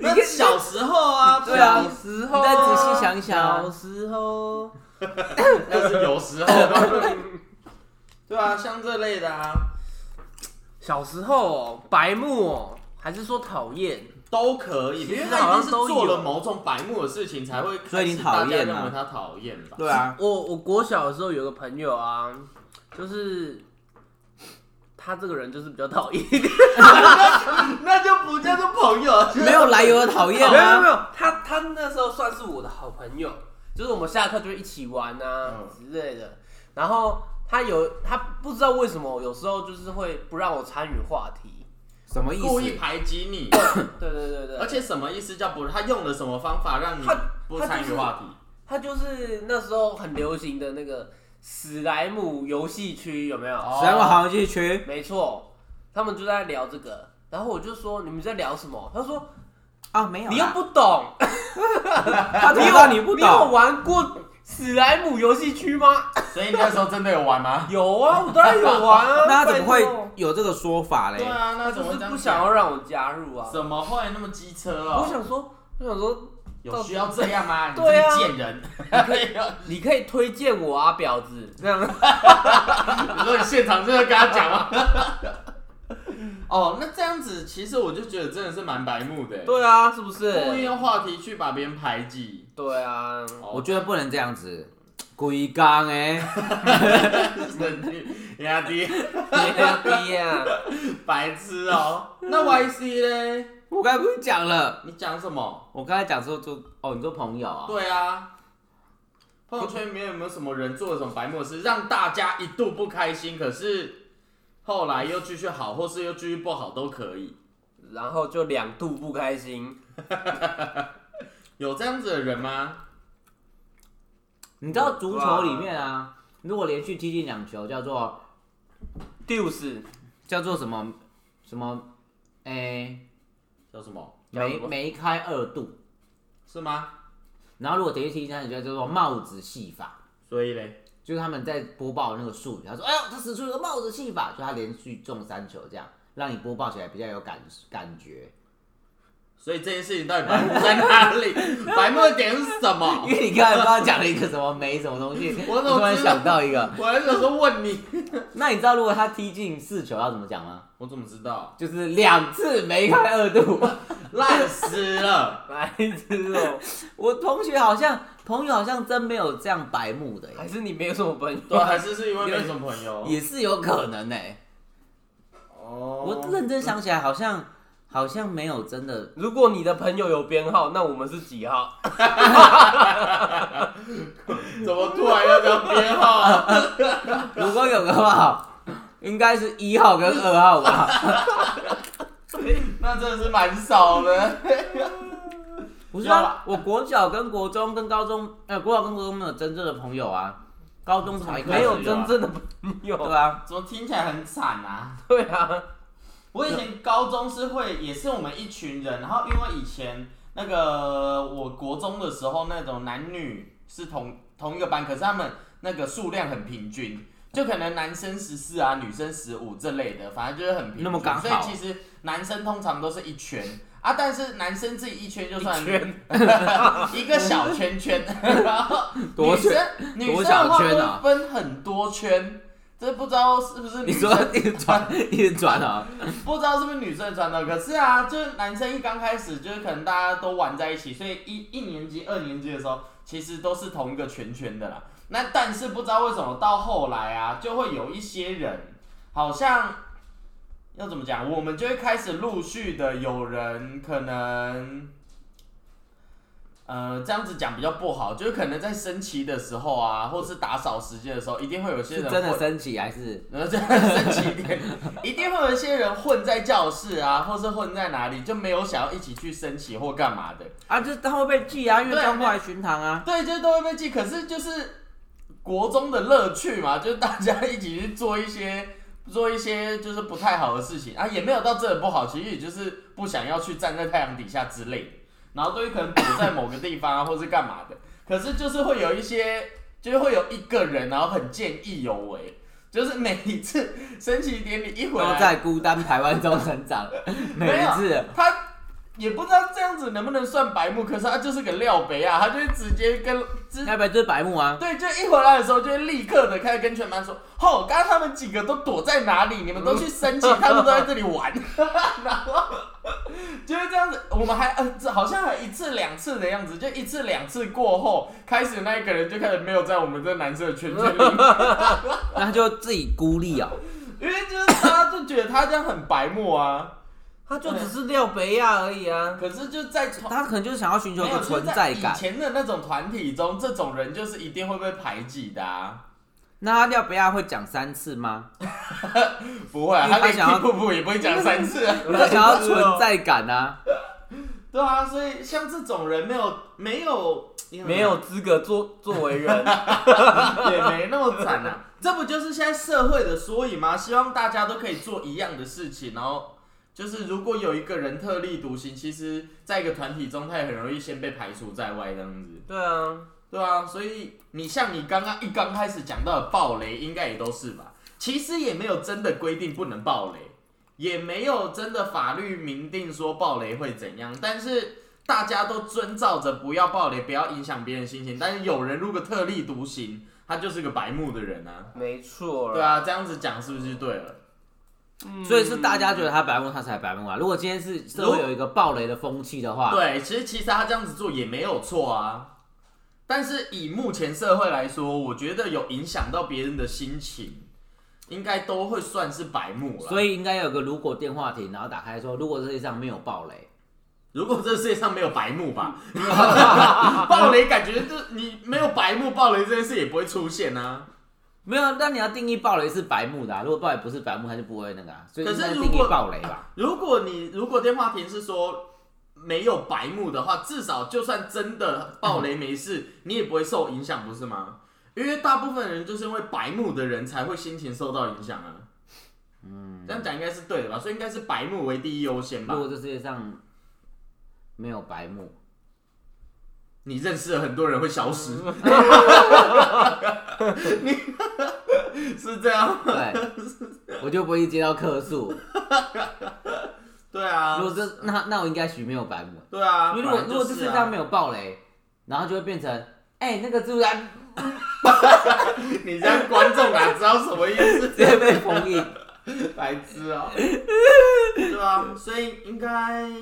那小时候 <laughs> 啊，
对啊
小时候，
你再仔细想一想啊
小时候，
那是有时候， <laughs> 对啊，像这类的啊，
小时候哦，白目哦，还是说讨厌？
都可以，
其
因
实
为
好
他
像
一定是
都有
做了某种白目的事情，才会
所以你讨
开
厌啊
始大家认为他讨厌吧？
对啊，
我我国小的时候有个朋友啊，就是他这个人就是比较讨厌，没
<laughs> 那就不叫做朋友，啊
<laughs> 没有来由的讨厌
有没有没
啊，
有，他他那时候算是我的好朋友，就是我们下课就会一起玩啊、之类的。然后他有他不知道为什么有时候就是会不让我参与话题，
什么意
故意
思？
排挤你。
对对对对，
而且什么意思叫不？他用了什么方法让你
他
不
他
参
就
与
是
话题？
他就是那时候很流行的那个史莱姆游戏区，有没有？
哦
所以我好像继续，
没错，他们就在聊这个，然后我就说你们在聊什么？他说
啊，没有啦，
你又不懂，
他
哦你
知道
有
你不
你有
懂，
玩过史莱姆游戏区吗？
所以你那时候真的有玩吗？
有啊，我当然有玩啊。
<laughs> 那他怎么
拜
会
托？
有这个说法
<laughs>
嘞
对？啊，那
他
怎
就
么
是
这样
不想要让我加入啊
讲？。怎么会那么机车
我
哦？
想说，我想说，
有需要这样 <laughs> 吗？你这
对啊
个贱人！
你可以推荐我啊，婊子，这样 <laughs>
你说你现场真的跟他讲吗？ <laughs> 哦，那这样子，其实我就觉得真的是蛮白目的，
对啊，是不
故意
是？
用话题去把别人排挤。
对啊，
我觉得不能这样子，鬼刚哎，
<laughs> 你阿弟
别呀，
白痴哦。 <laughs> 那 YC 呢？
我刚才不是讲了，
你讲什么？
我刚才讲说做哦，你做朋友啊，
对啊，朋友圈里面有没有什么人做了什么白目的事，让大家一度不开心，可是后来又继续好，或是又继续不好都可以？
然后就两度不开心。
有这样子的人吗？
你知道足球里面啊，如果连续踢进两球，叫做
Deuce
叫做什么什么，哎，
叫什么？
叫
梅
什么
梅开二度，
是吗？
然后如果连续踢进三球，叫做帽子戏法。
所以嘞，
就是他们在播报那个术语，他说：“哎呦，他使出一个帽子戏法，就他连续中三球，这样让你播报起来比较有感感觉。
所以这件事情到底白目在哪 <laughs> 里？白目的点是什么
因？为你刚才不知道讲了一个什么没什么东西，
我
我
怎么
突然
知道
想到一个。
我还想说问你，
那你知道如果他踢进四球要怎么讲吗？
我怎么知道？
就是两次梅开二度。
烂死了！
白痴哦，
我同学好像朋友好像真没有这样白目的耶，
还是你没有什么朋友？
对，还是是因为没什么朋友。
也是有可能哎。
哦，
我认真想起来，好像好像没有真的
如果你的朋友有编号，那我们是几号？
怎么突然要讲编号 <laughs> 啊？
如果有的话，应该是一号跟二号吧。
那真的是蛮少的。
不是
要
啊
啦，
我国小跟国中跟高中，呃，国小跟国中没有真正的朋友啊，高中才
对啊
没有
是啊
真正的朋友。
对啊，
怎么听起来很惨啊？
对啊，
我以前高中是会，也是我们一群人，然后因为以前那个我国中的时候，那种男女是同同一个班，可是他们那个数量很平均，就可能男生十四啊，女生十五这类的，反正就是很平均。
那么刚好
所以其实男生通常都是一圈啊，但是男生自己一圈就算
一圈
一个小圈
<laughs>
圈，然后
多
女生
圈
女
多
生
小
的话
圈
会
啊
分很多圈，这不知道是不是女
你说
生
一直转一直转啊，
不知道是不是女生穿的，可是啊，就是男生一刚开始就是可能大家都玩在一起，所以一一年级、二年级的时候，其实都是同一个圈圈的啦。那但是不知道为什么到后来啊，就会有一些人好像要怎么讲，我们就会开始陆续的有人可能，呃，这样子讲比较不好，就是可能在升旗的时候啊，或是打扫时间的时候，一定会有些
是
人
真的
会
升旗还是
然后这样神奇一点，一定会有一些人混在教室啊，或是混在哪里，就没有想要一起去升旗或干嘛的。
啊？就是他会被记啊，因为
对
刚过来巡堂啊。
对，就是都会被记。可是就是国中的乐趣嘛，就是大家一起去做一些做一些就是不太好的事情啊，也没有到真的不好，其实也就是不想要去站在太阳底下之类的。然后都会可能躲在某个地方啊，或是干嘛的。可是就是会有一些，就是会有一个人，然后很见义勇为。就是每一次升旗典礼一回
都
来，
在孤单台湾中成长，每
没
一
有
次
他也不知道这样子能不能算白目，可是他就是个廖北啊，他就会直接跟直
要不然就是白目啊。
对，就一回来的时候就会立刻的开始跟全班说，吼，刚刚他们几个都躲在哪里？你们都去申请，他们都在这里玩， <laughs> 然后就是这样子，我们还呃，这好像还一次两次的样子，就一次两次过后，开始那一个人就开始没有在我们这男生的圈圈里面。
那他就自己孤立啊、
因为就是大家就觉得他这样很白目啊，
他就只是廖北亚而已啊。
可是就在同
他可能就是想要寻求
没
一
有
个
就是
存
在
在
以
感。
前的那种团体中，这种人就是一定会被排挤的啊，
那他廖不亚会讲三次吗？
不会、啊，
因为
他
他
连
想要
keep 不不也不会讲三次、 <laughs> 啊。
他想要存在感啊，
对啊，所以像这种人没有没有
没有资格做作为人，
也没那么惨啊，这不就是现在社会的缩影吗？希望大家都可以做一样的事情，然后就是如果有一个人特立独行，其实在一个团体中，他也很容易先被排除在外这样子。
对啊，
对啊，所以你像你刚刚一刚开始讲到的暴雷，应该也都是吧？其实也没有真的规定不能暴雷，也没有真的法律明定说暴雷会怎样，但是大家都遵照着不要暴雷，不要影响别人心情。但是有人如果特立独行，他就是个白目的人啊。
没错啦。
对啊，这样子讲是不是就对了？
嗯
所以是大家觉得他白目，他才白目啊。如果今天是社会有一个暴雷的风气的话，
对，其实其实他这样子做也没有错啊。但是以目前社会来说，我觉得有影响到别人的心情，应该都会算是白目了。
所
以，
以应该有个如果电话亭，然后打开说，如果世界上没有暴雷，
如果这世界上没有白目吧， <laughs> 暴雷感觉就是你没有白目，暴雷这件事也不会出现啊。
没有，那你要定义暴雷是白目的、啊。如果暴雷不是白目，他就不会那个、啊。所以
可是
应该
如
定义
果
暴雷吧。
如果你如果电话亭是说没有白目的话，至少就算真的爆雷没事，你也不会受影响，不是吗？因为大部分人就是因为白目的人才会心情受到影响啊。嗯，这样讲应该是对的吧？所以应该是白目为第一优先吧
如。果这世界上没有白目，
你认识的很多人会消失，
嗯
<laughs> 你是这样？
对，我就不会接到客诉。
对啊
如，果这那那我应该许没有白目，
对啊。
因为如果、
本来
如果
就
这
是
世
啊
上没有暴雷，然后就会变成哎、那个猪
<laughs>
然
你这样观众哪知道什么意思？
直接被封印。
白痴啊、对啊，所以应该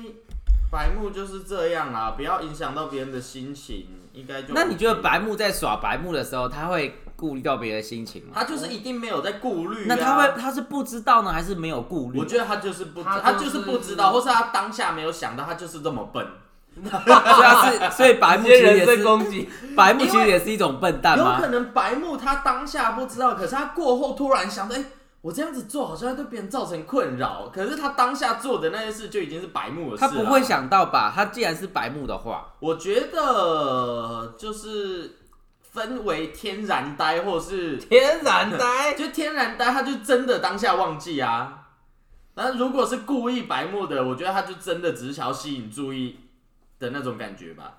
白目就是这样啦，不要影响到别人的心情，应该就。
那你觉得？白目在耍白目的时候，他会顾虑到别人的心情吗？
他就是一定没有在顾虑、啊。
那他会，他是不知道呢，还是没有顾虑？
我觉得他就是不知，
他
他
就
就是是不知道，或是他当下没有想到，他就是这么笨。
所以他是，
<laughs>
所以白目其
些
实也
人身
是
攻击，
白目，其
因
实
为
也是一种笨蛋
有可
吗？
能白目他当下不知道，可是他过后突然想到，哎、我这样子做好像会对别人造成困扰，可是他当下做的那些事就已经是白目的事
他
了。啊
不会想到吧？他既然是白目的话，
我觉得就是分为天然呆，或是
天然呆。
就天然呆，他就真的当下忘记啊。那如果是故意白目的，我觉得他就真的只是想要吸引注意的那种感觉吧，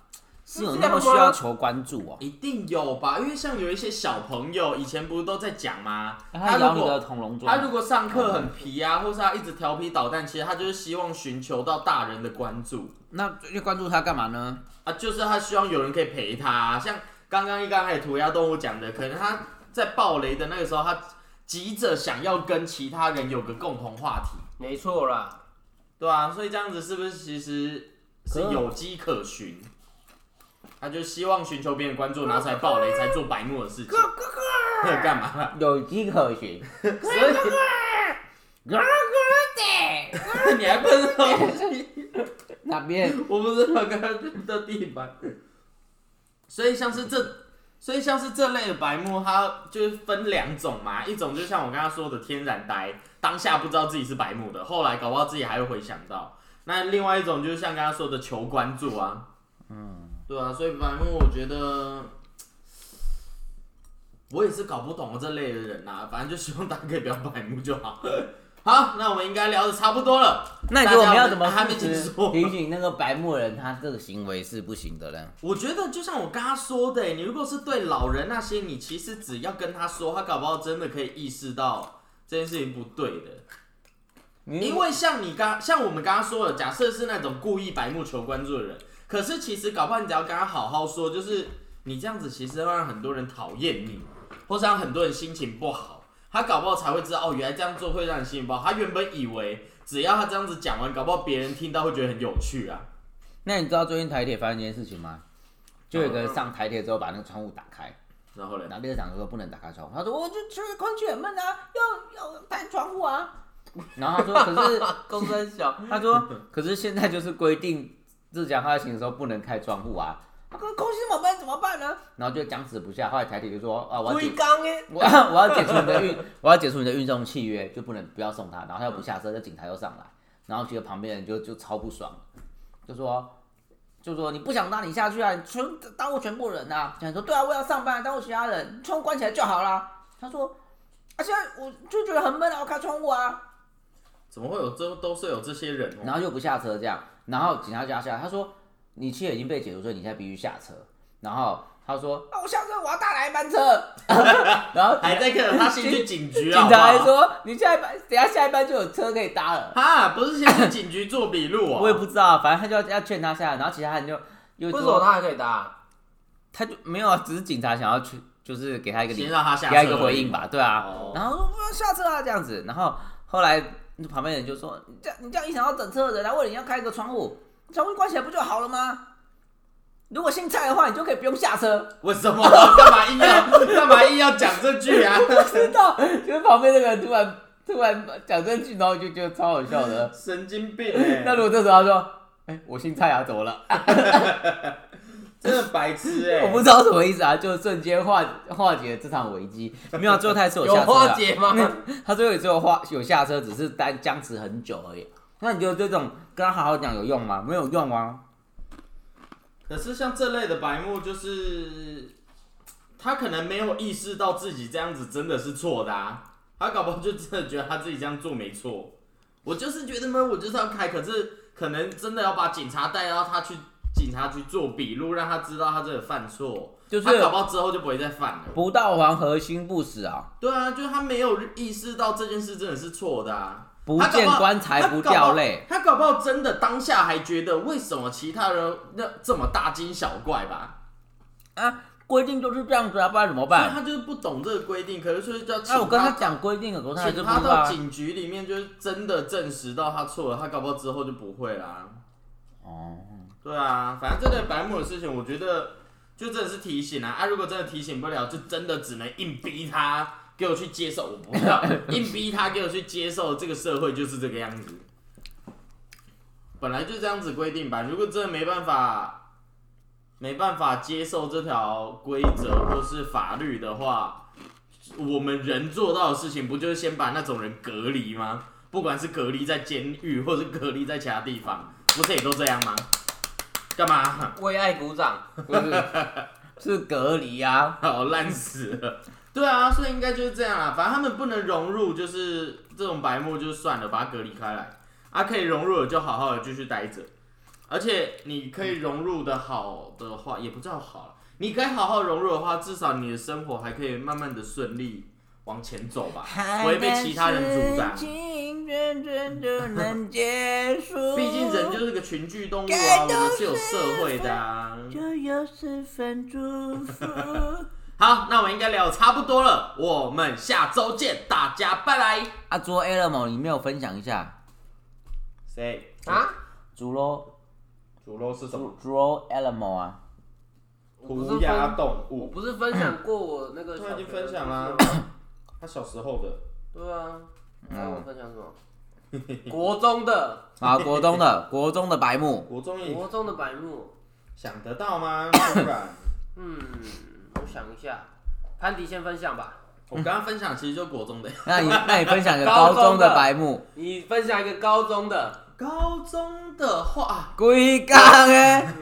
是有那么需要求关注哦、
一定有吧？因为像有一些小朋友以前不是都在讲吗？
哎
他
如
咬你的
果
恐龙
他
装
如，果上课很皮啊，或是他一直调皮捣蛋，其实他就是希望寻求到大人的关注。
那就关注他干嘛呢？
啊，就是他希望有人可以陪他、像刚刚一刚开始涂鸦动物讲的，可能他在暴雷的那个时候，他急着想要跟其他人有个共同话题，
没错啦，
对啊，所以这样子是不是其实是
可
有迹可循？他就希望寻求别人关注，然后才暴雷，才做白目的事情。 <laughs> 干嘛啦？
<laughs> 有迹可循。
所以
哥哥的，
你还喷东西？
哪边？
<laughs> 我不知道刚刚的地板。所以像是这，所以像是这类的白目，它就是分两种嘛，一种就像我刚刚说的天然呆，当下不知道自己是白目的，后来搞不好自己还会回想到。那另外一种就是像刚刚说的求关注啊，嗯，对啊，所以白目我觉得。我也是搞不懂这类的人呐、反正就希望大家可以不要白目就好。 <laughs> 好，那我们应该聊的差不多了。
那你觉得我们要怎么
大家还没
制止
结
<laughs>
束
提醒那个白目人他这个行为是不行的呢？
我觉得就像我刚刚说的欸，你如果是对老人那些，你其实只要跟他说，他搞不好真的可以意识到这件事情不对的。因为像你刚像我们刚刚说的，假设是那种故意白目求关注的人，可是其实搞不好你只要跟他好好说，就是你这样子其实会让很多人讨厌你，或是让很多人心情不好，他搞不好才会知道哦，原来这样做会让你心情不好。他原本以为只要他这样子讲完，搞不好别人听到会觉得很有趣啊。
那你知道最近台铁发生一件事情吗？就有一个
嗯
人上台铁之后把那个窗户打开，
然后嘞，
然后列车长说不能打开窗户，他说我就觉得空气很闷啊，要要开窗户啊。然后他说可 <laughs> 是
公三小，
<laughs>
他说可是现在就是规定自强号行的时候不能开窗户啊。他说空气那么闷怎么办呢？然后就僵持不下，后来台铁就说啊我要解
龟缸哎，
我要我要解除你的运，我要解除你的运送契约，就不能不要送他。然后他又不下车，那警察又上来，然后觉得旁边人就就超不爽，就说就说你不想搭你下去啊，你全耽误全部人啊。警察说对啊，我要上班，耽误其他人，窗户关起来就好啦。他说啊，现在我就觉得很闷啊，我开窗户啊。
怎么会有这都是有这些人、哦？
然后又不下车这样，然后警察叫他下来，他说你契约已经被解除，所以你现在必须下车。然后他说啊，我下车我要搭哪一班车？ <laughs> 然 <laughs> 后
还在看他先去警局啊？
警察还
好不好
说你下一班，等一下下一班就有车可以搭了。
哈，不是先去警局做笔录啊？
我也不知道，反正他就要要劝他下来，然后其他人就又
为什么
说
他还可以搭？
他就没有啊，只是警察想要去，就是给他一个理
先让他下
给他
车，
一个回应。吧，对啊。
哦
然后说不要下车啊这样子，然后后来旁边人就说你这样你这样影响到整车的人啊，然后你要开一个窗户，窗户关起来不就好了吗？如果姓蔡的话，你就可以不用下 <laughs> 车。
为什么？干嘛硬要干嘛硬要讲这句
<laughs>
啊？
知道，就是旁边那个人突然突然讲这句，然后就觉得超好笑的。
神经病欸
那如果这时候他说，哎、我姓蔡啊，怎么了？
真的白痴哎！
我不知道什么意思啊，就瞬间化化解这场危机。没有，最后他还是有
有
<laughs>
下车、
化
啊，
解吗？
他最后也只有化有下车，只是单僵持很久而已。那你觉得这种跟他好好讲有用吗？没有用啊。
可是像这类的白目，就是他可能没有意识到自己这样子真的是错的啊，他搞不好就真的觉得他自己这样做没错。我就是觉得嘛，我就是要开，可是可能真的要把警察带到他去警察局做笔录，让他知道他这个犯错，
就是
他搞不好之后就不会再犯了。
不到黄河心不死啊，
对啊，就是他没有意识到这件事真的是错的啊。
不见棺材不掉泪。
他搞不好真的当下还觉得为什么其他人那这么大惊小怪吧？
啊！规定就是这样子啊，不然怎么
所以
办？
他就是不懂这个规定，可是就是叫请
那、我跟他讲规定了，可是他还是
请
不
他
知道
到
啊。
警局里面，就是真的证实到他错了，他搞不好之后就不会啦。
哦， <laughs>
对啊，反正这类白目的事情，我觉得就真的是提醒啊啊！如果真的提醒不了，就真的只能硬逼他给我去接受，我不要硬逼他给我去接受这个社会就是这个样子，本来就这样子规定吧。如果真的没办法，没办法接受这条规则或是法律的话，我们人做到的事情，不就是先把那种人隔离吗？不管是隔离在监狱，或是隔离在其他地方，不是也都这样吗？干嘛？ <laughs>
为爱鼓掌，
不是，是隔离啊。
好烂死了。对啊，所以应该就是这样啦。反正他们不能融入，就是这种白目就算了，把它隔离开来。啊，可以融入的就好好的继续待着。而且你可以融入的好的话，也不叫好了。你可以好好融入的话，至少你的生活还可以慢慢的顺利往前走吧，不会被其他人阻挡。
情真正的能结
<laughs>
束
毕竟人就是个群居动物啊，我们是有社会的啊。
就有四分祝
<laughs>
福。
好，那我们应该聊得差不多了，我们下周见，大家拜拜。
啊，做 A 了吗？你没有分享一下？
谁？
啊？
竹喽，
猪肉是什
竹？竹喽 Elmo 啊，
我不是分
涂鸦动
我
物。
不是分享过我那个小
他
学
已
的
经啊
故事吗？
分享啦他小时候的嗯
对啊，还有我分享什么？国中
<laughs>
的
啊，国中的国中的白目，
国中也
国中的白目，
想得到 <coughs> 吗？不然，
嗯，我想一下，潘迪先分享吧，
我刚刚分享其实就国中的，
那你那你分享一个
高
高
中的
中的白目，
你分享一个高中的，
高中的话，啊
龟缸哎，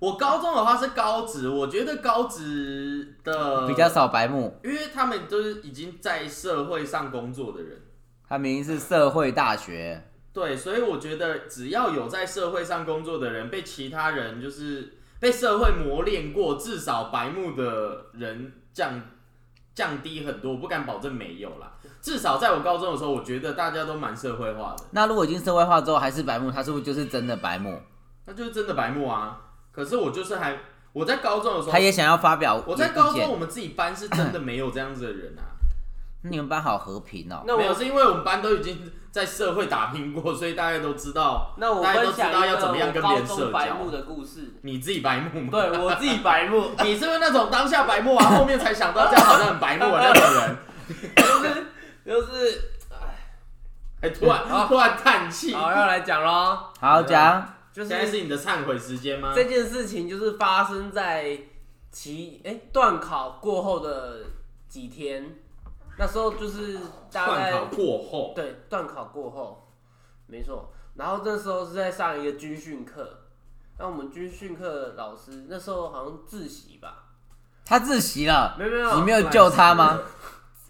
我高中的话是高职，我觉得高职的
比较，少白目，
因为他们都是已经在社会上工作的人，
他明明是社会大学，
对，所以我觉得只要有在社会上工作的人，被其他人就是被社会磨练过，至少白目的人降降低很多，我不敢保证没有啦。至少在我高中的时候，我觉得大家都蛮社会化的，
那如果已经社会化之后还是白目，他是不是就是真的白目？
那就是真的白目啊。可是我就是还我在高中的时候，
他也想要发表
我
意
在高中
意
我
见，
们自己班是真的没有这样子的人啊。
你们班好和平哦。
<coughs> 那
没有，
我
是因为我们班都已经在社会打拼过，所以大家都知道，
那我
大家
分
都知
享
道
一
要怎么样
个
跟
我
别
高
人社
中白目
交。
的故事，
你自己白目吗？
对我自己白目，
<laughs> 你是不是那种当下白目啊，后面才想到这样好像很白目的那种人？
就是就是，
还哎突然突然叹气。
好要来讲喽，
好讲，
就
现在
是
是你的忏悔时间吗
这？件事情就是发生在期哎断考过后的几天，那时候就是大
断
概
考过后，
对，断考过后，没错。然后那时候是在上一个军训课，那我们军训课老师那时候好像自习吧，
他自习了，
没有没有
你没有救他吗？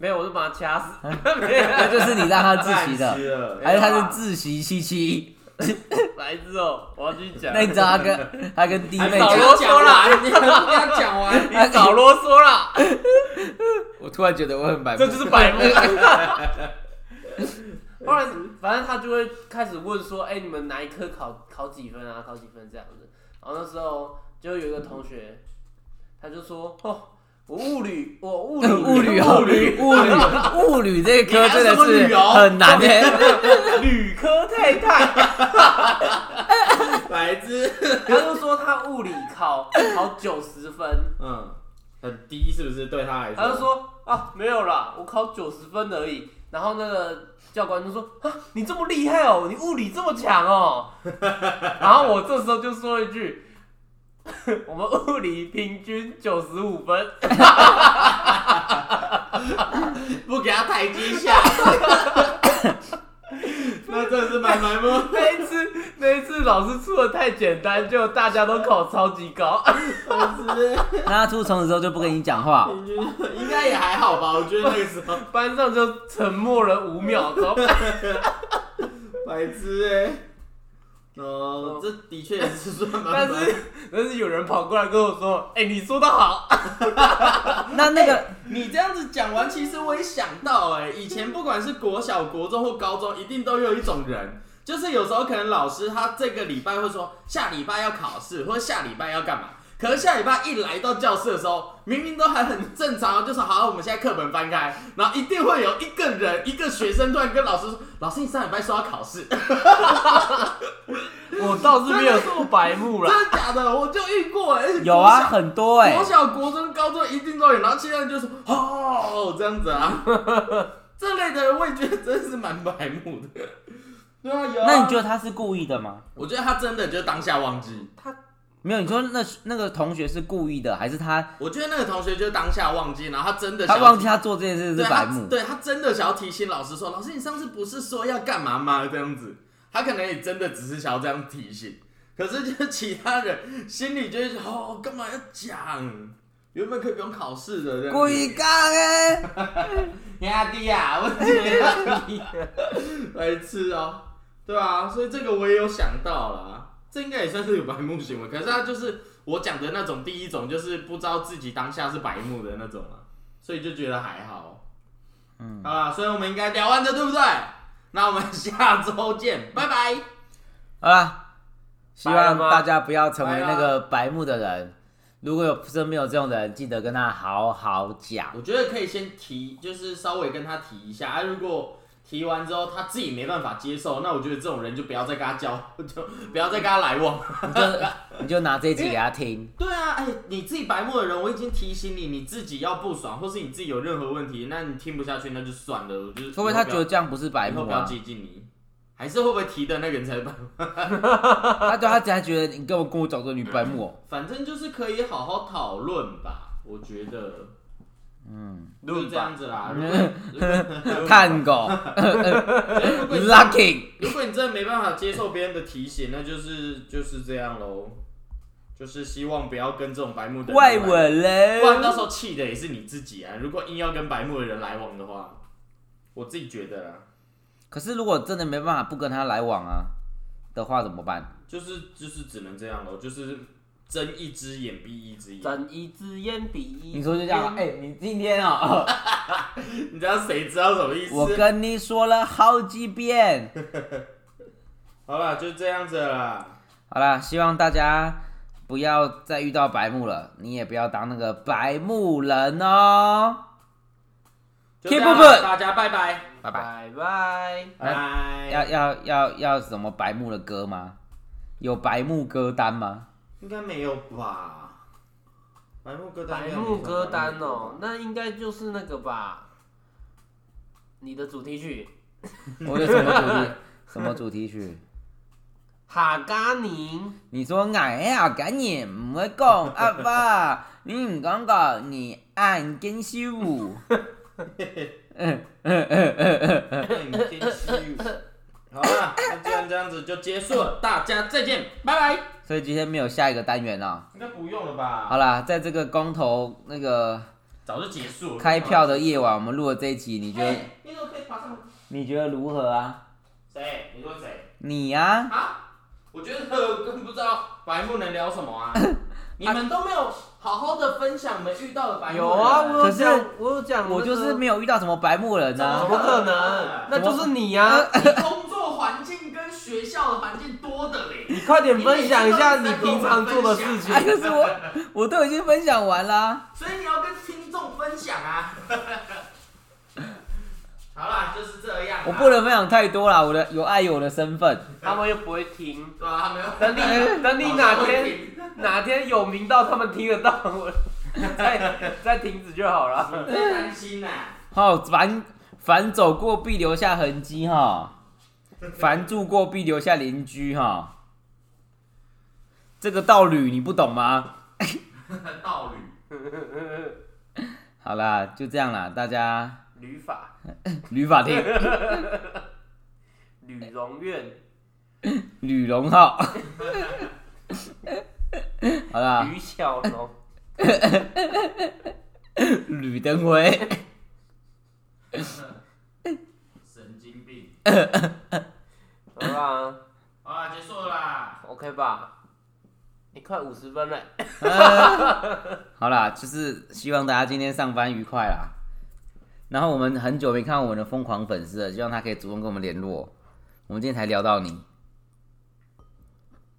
没有，我就把他掐死。没有
那
<laughs>
就是你让他自习
叹 <laughs>
的，
息了。
还是他是自习七七？
白痴哦，我要继续讲。
那你知道他跟他跟弟
还
妹
少
讲
啰嗦啦
你还没跟他
<laughs>
讲完。
你少啰嗦啦，
我突然觉得我很白目，
<laughs> 这就是白目。后来反正他就会开始问说，哎、你们哪一科考考几分啊？考几分这样子。然后那时候就有一个同学，他就说，哦，我物理，我物理，
<laughs> <laughs> 物理
物
哦，物
理
理，物理这一科真
你还有
的
什么旅
是
游
很难欸耶。
理科太太，
白痴，
他就说他物理考考九十分，
嗯，很低是不是？对他来
他就说啊没有啦，我考九十分而已。然后那个教官就说啊你这么厉害哦，你物理这么强哦。然后我这时候就说一句， <laughs> 我们物理平均九十五分，
不给他台阶下，那真的是蛮白目。
那一次那一次老师出的太简单，就大家都考超级高。
那他出从此之后就不跟你讲话，
应该也还好吧，我觉得那个时候
班上就沉默了五秒钟，
白痴哎、哦，这的确也是算蛮白
但是但是有人跑过来跟我说：“哎、你说的好。”
那那个
你这样子讲完，其实我也想到哎、以前不管是国小、国中或高中，一定都有一种人，就是有时候可能老师他这个礼拜会说下礼拜要考试，或者下礼拜要干嘛。可是下礼拜一来到教室的时候，明明都还很正常，就说好，我们现在课本翻开，然后一定会有一个人、一个学生突然跟老师说：“老师，你上礼拜说要考试。”
我倒是没有这么白目啦。
真的假的？我就遇过、欸，
有啊，很多哎
国，小、国中、高中一定都有，然后现在就说哦这样子啊， <laughs> 这类的人我也觉得真的是蛮白目的。对啊，有啊
那你觉得他是故意的吗？
我觉得他真的就当下忘记，
没有，你说那那个同学是故意的，还是他
我觉得那个同学就当下忘记，然后他真的
他
想
忘记他做这件事
对
是
他
白目？
对他真的想要提醒老师说，老师你上次不是说要干嘛吗？这样子，他可能也真的只是想要这样提醒，可是就是其他人心里就会觉得哦干嘛要讲，原本可以不用考试的这样子。
鬼刚哎，
压低啊，我压低，白痴哦，对啊，所以这个我也有想到啦，这应该也算是有白目行为，可是他就是我讲的那种第一种，就是不知道自己当下是白目的那种啊，所以就觉得还好，嗯，好啦，所以我们应该聊完的，对不对？那我们下周见，拜拜。
好啦，希
白了
望
吗
大家不要成为
白了
那个白目的人。如果有身边有这种人，记得跟他好好讲。
我觉得可以先提，就是稍微跟他提一下啊。如果提完之后他自己没办法接受，那我觉得这种人就不要再跟他交，就不要再跟他来往。
你就你就 <laughs> 拿这一集给他听，
对啊，哎、你自己白目的人，我已经提醒你，你自己要不爽，或是你自己有任何问题，那你听不下去那就算了，我就是
会不会他觉得这样不是白
以后
目
不要
啊？
接近你，还是会不会提的那个人才办法？
他对他才觉得你跟我跟我讲说你白目哦，
反正就是可以好好讨论吧，我觉得就是
论
这
吧
样子啦。
<laughs>
如果如果
探 <laughs> 狗
如果你
，lucky。
如果你真的没办法接受别人的提醒，那就是就是这样喽。就是希望不要跟这种白目的人
怪
来往
我嘞！
不然到时候气的也是你自己啊。如果硬要跟白目的人来往的话，我自己觉得啦，
可是如果真的没办法不跟他来往啊的话怎么办？
就是就是只能这样喽，就是睁一只眼闭一只眼。
睁一只眼闭一只眼
你说就这样啊，哎、你今天哦，
<laughs>
<laughs>
你知道谁知道什么意
我
思？
跟你说了好几遍。
好啦，就这样子了啦。
好啦，希望大家不要再遇到白目了，你也不要当那个白目人哦。
就这样
Keep 哎 up
啦大家拜拜，
拜拜。
拜拜。
拜拜。
要要要要什么白目的歌吗？有白目歌单 <laughs> 吗？
应该没有吧？白目歌单，
白木歌单哦，，那应该就是那个吧？你的主题曲
我有什么主题？什么主题曲？
哈嘎宁，
你说俺呀，赶紧唔会讲阿爸，你唔讲讲你按跟修。
<laughs>
<laughs>
好啦，那既然这样子就结束了，大家再见，拜拜。
所以今天没有下一个单元哦。
应该不用了吧？
好啦，在这个公投那个
早就结束了。
开票的夜晚，我们录了这一集，你觉得
哎，你怎么可以爬上？
你觉得如何啊？
谁？你说谁？
你呀、
啊？我觉得我根本不知道白目能聊什么啊！你们都没有好好的分享你们遇到的白目人。
有啊，我有
可是
讲，我有讲那个，
我就是没有遇到什么白目人
怎
啊。
么可能？那就是你呀、啊！
你工作环境跟学校的环境多的嘞。
你快点分享一下你平常做的事情
<laughs> 啊，。可是我我都已经分享完啦。
所以你要跟听众分享啊。 <laughs> 好啦，就是这样啦。
我不能分享太多啦，我的有爱有我的身份。
他们又不会
<laughs>
听，
对啊，他没有。
等
哎
你等你哪天
你
哪天有名到他们听得到，我再再停止就好了。
别担心呐、啊。
哦，凡凡走过必留下痕迹哈，凡住过必留下邻居哈。这个道理你不懂吗？
<laughs> 道理。
好啦，就这样啦，大家
旅法
吕法庭、
吕荣苑
吕荣浩。好啦，
吕小龙，
吕登辉，
神经病。
好吧
好啦，结束了啦。
，OK 吧？你快五十分了，
好啦，就是希望大家今天上班愉快啦。然后我们很久没看到我们的疯狂粉丝了，希望他可以主动跟我们联络。我们今天才聊到你，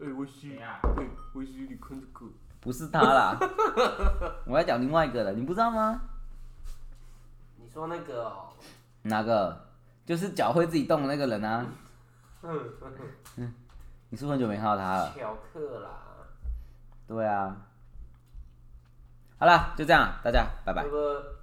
哎、我
怎
需
样？
哎、我需你看这个，
不是他啦，我要讲另外一个了，你不知道吗？
你说那个哦，
哪个？就是脚会自己动的那个人啊！
嗯，
你是不是很久没看到他了？
乔克啦，
对啊。好啦，就这样，大家拜拜
那。个。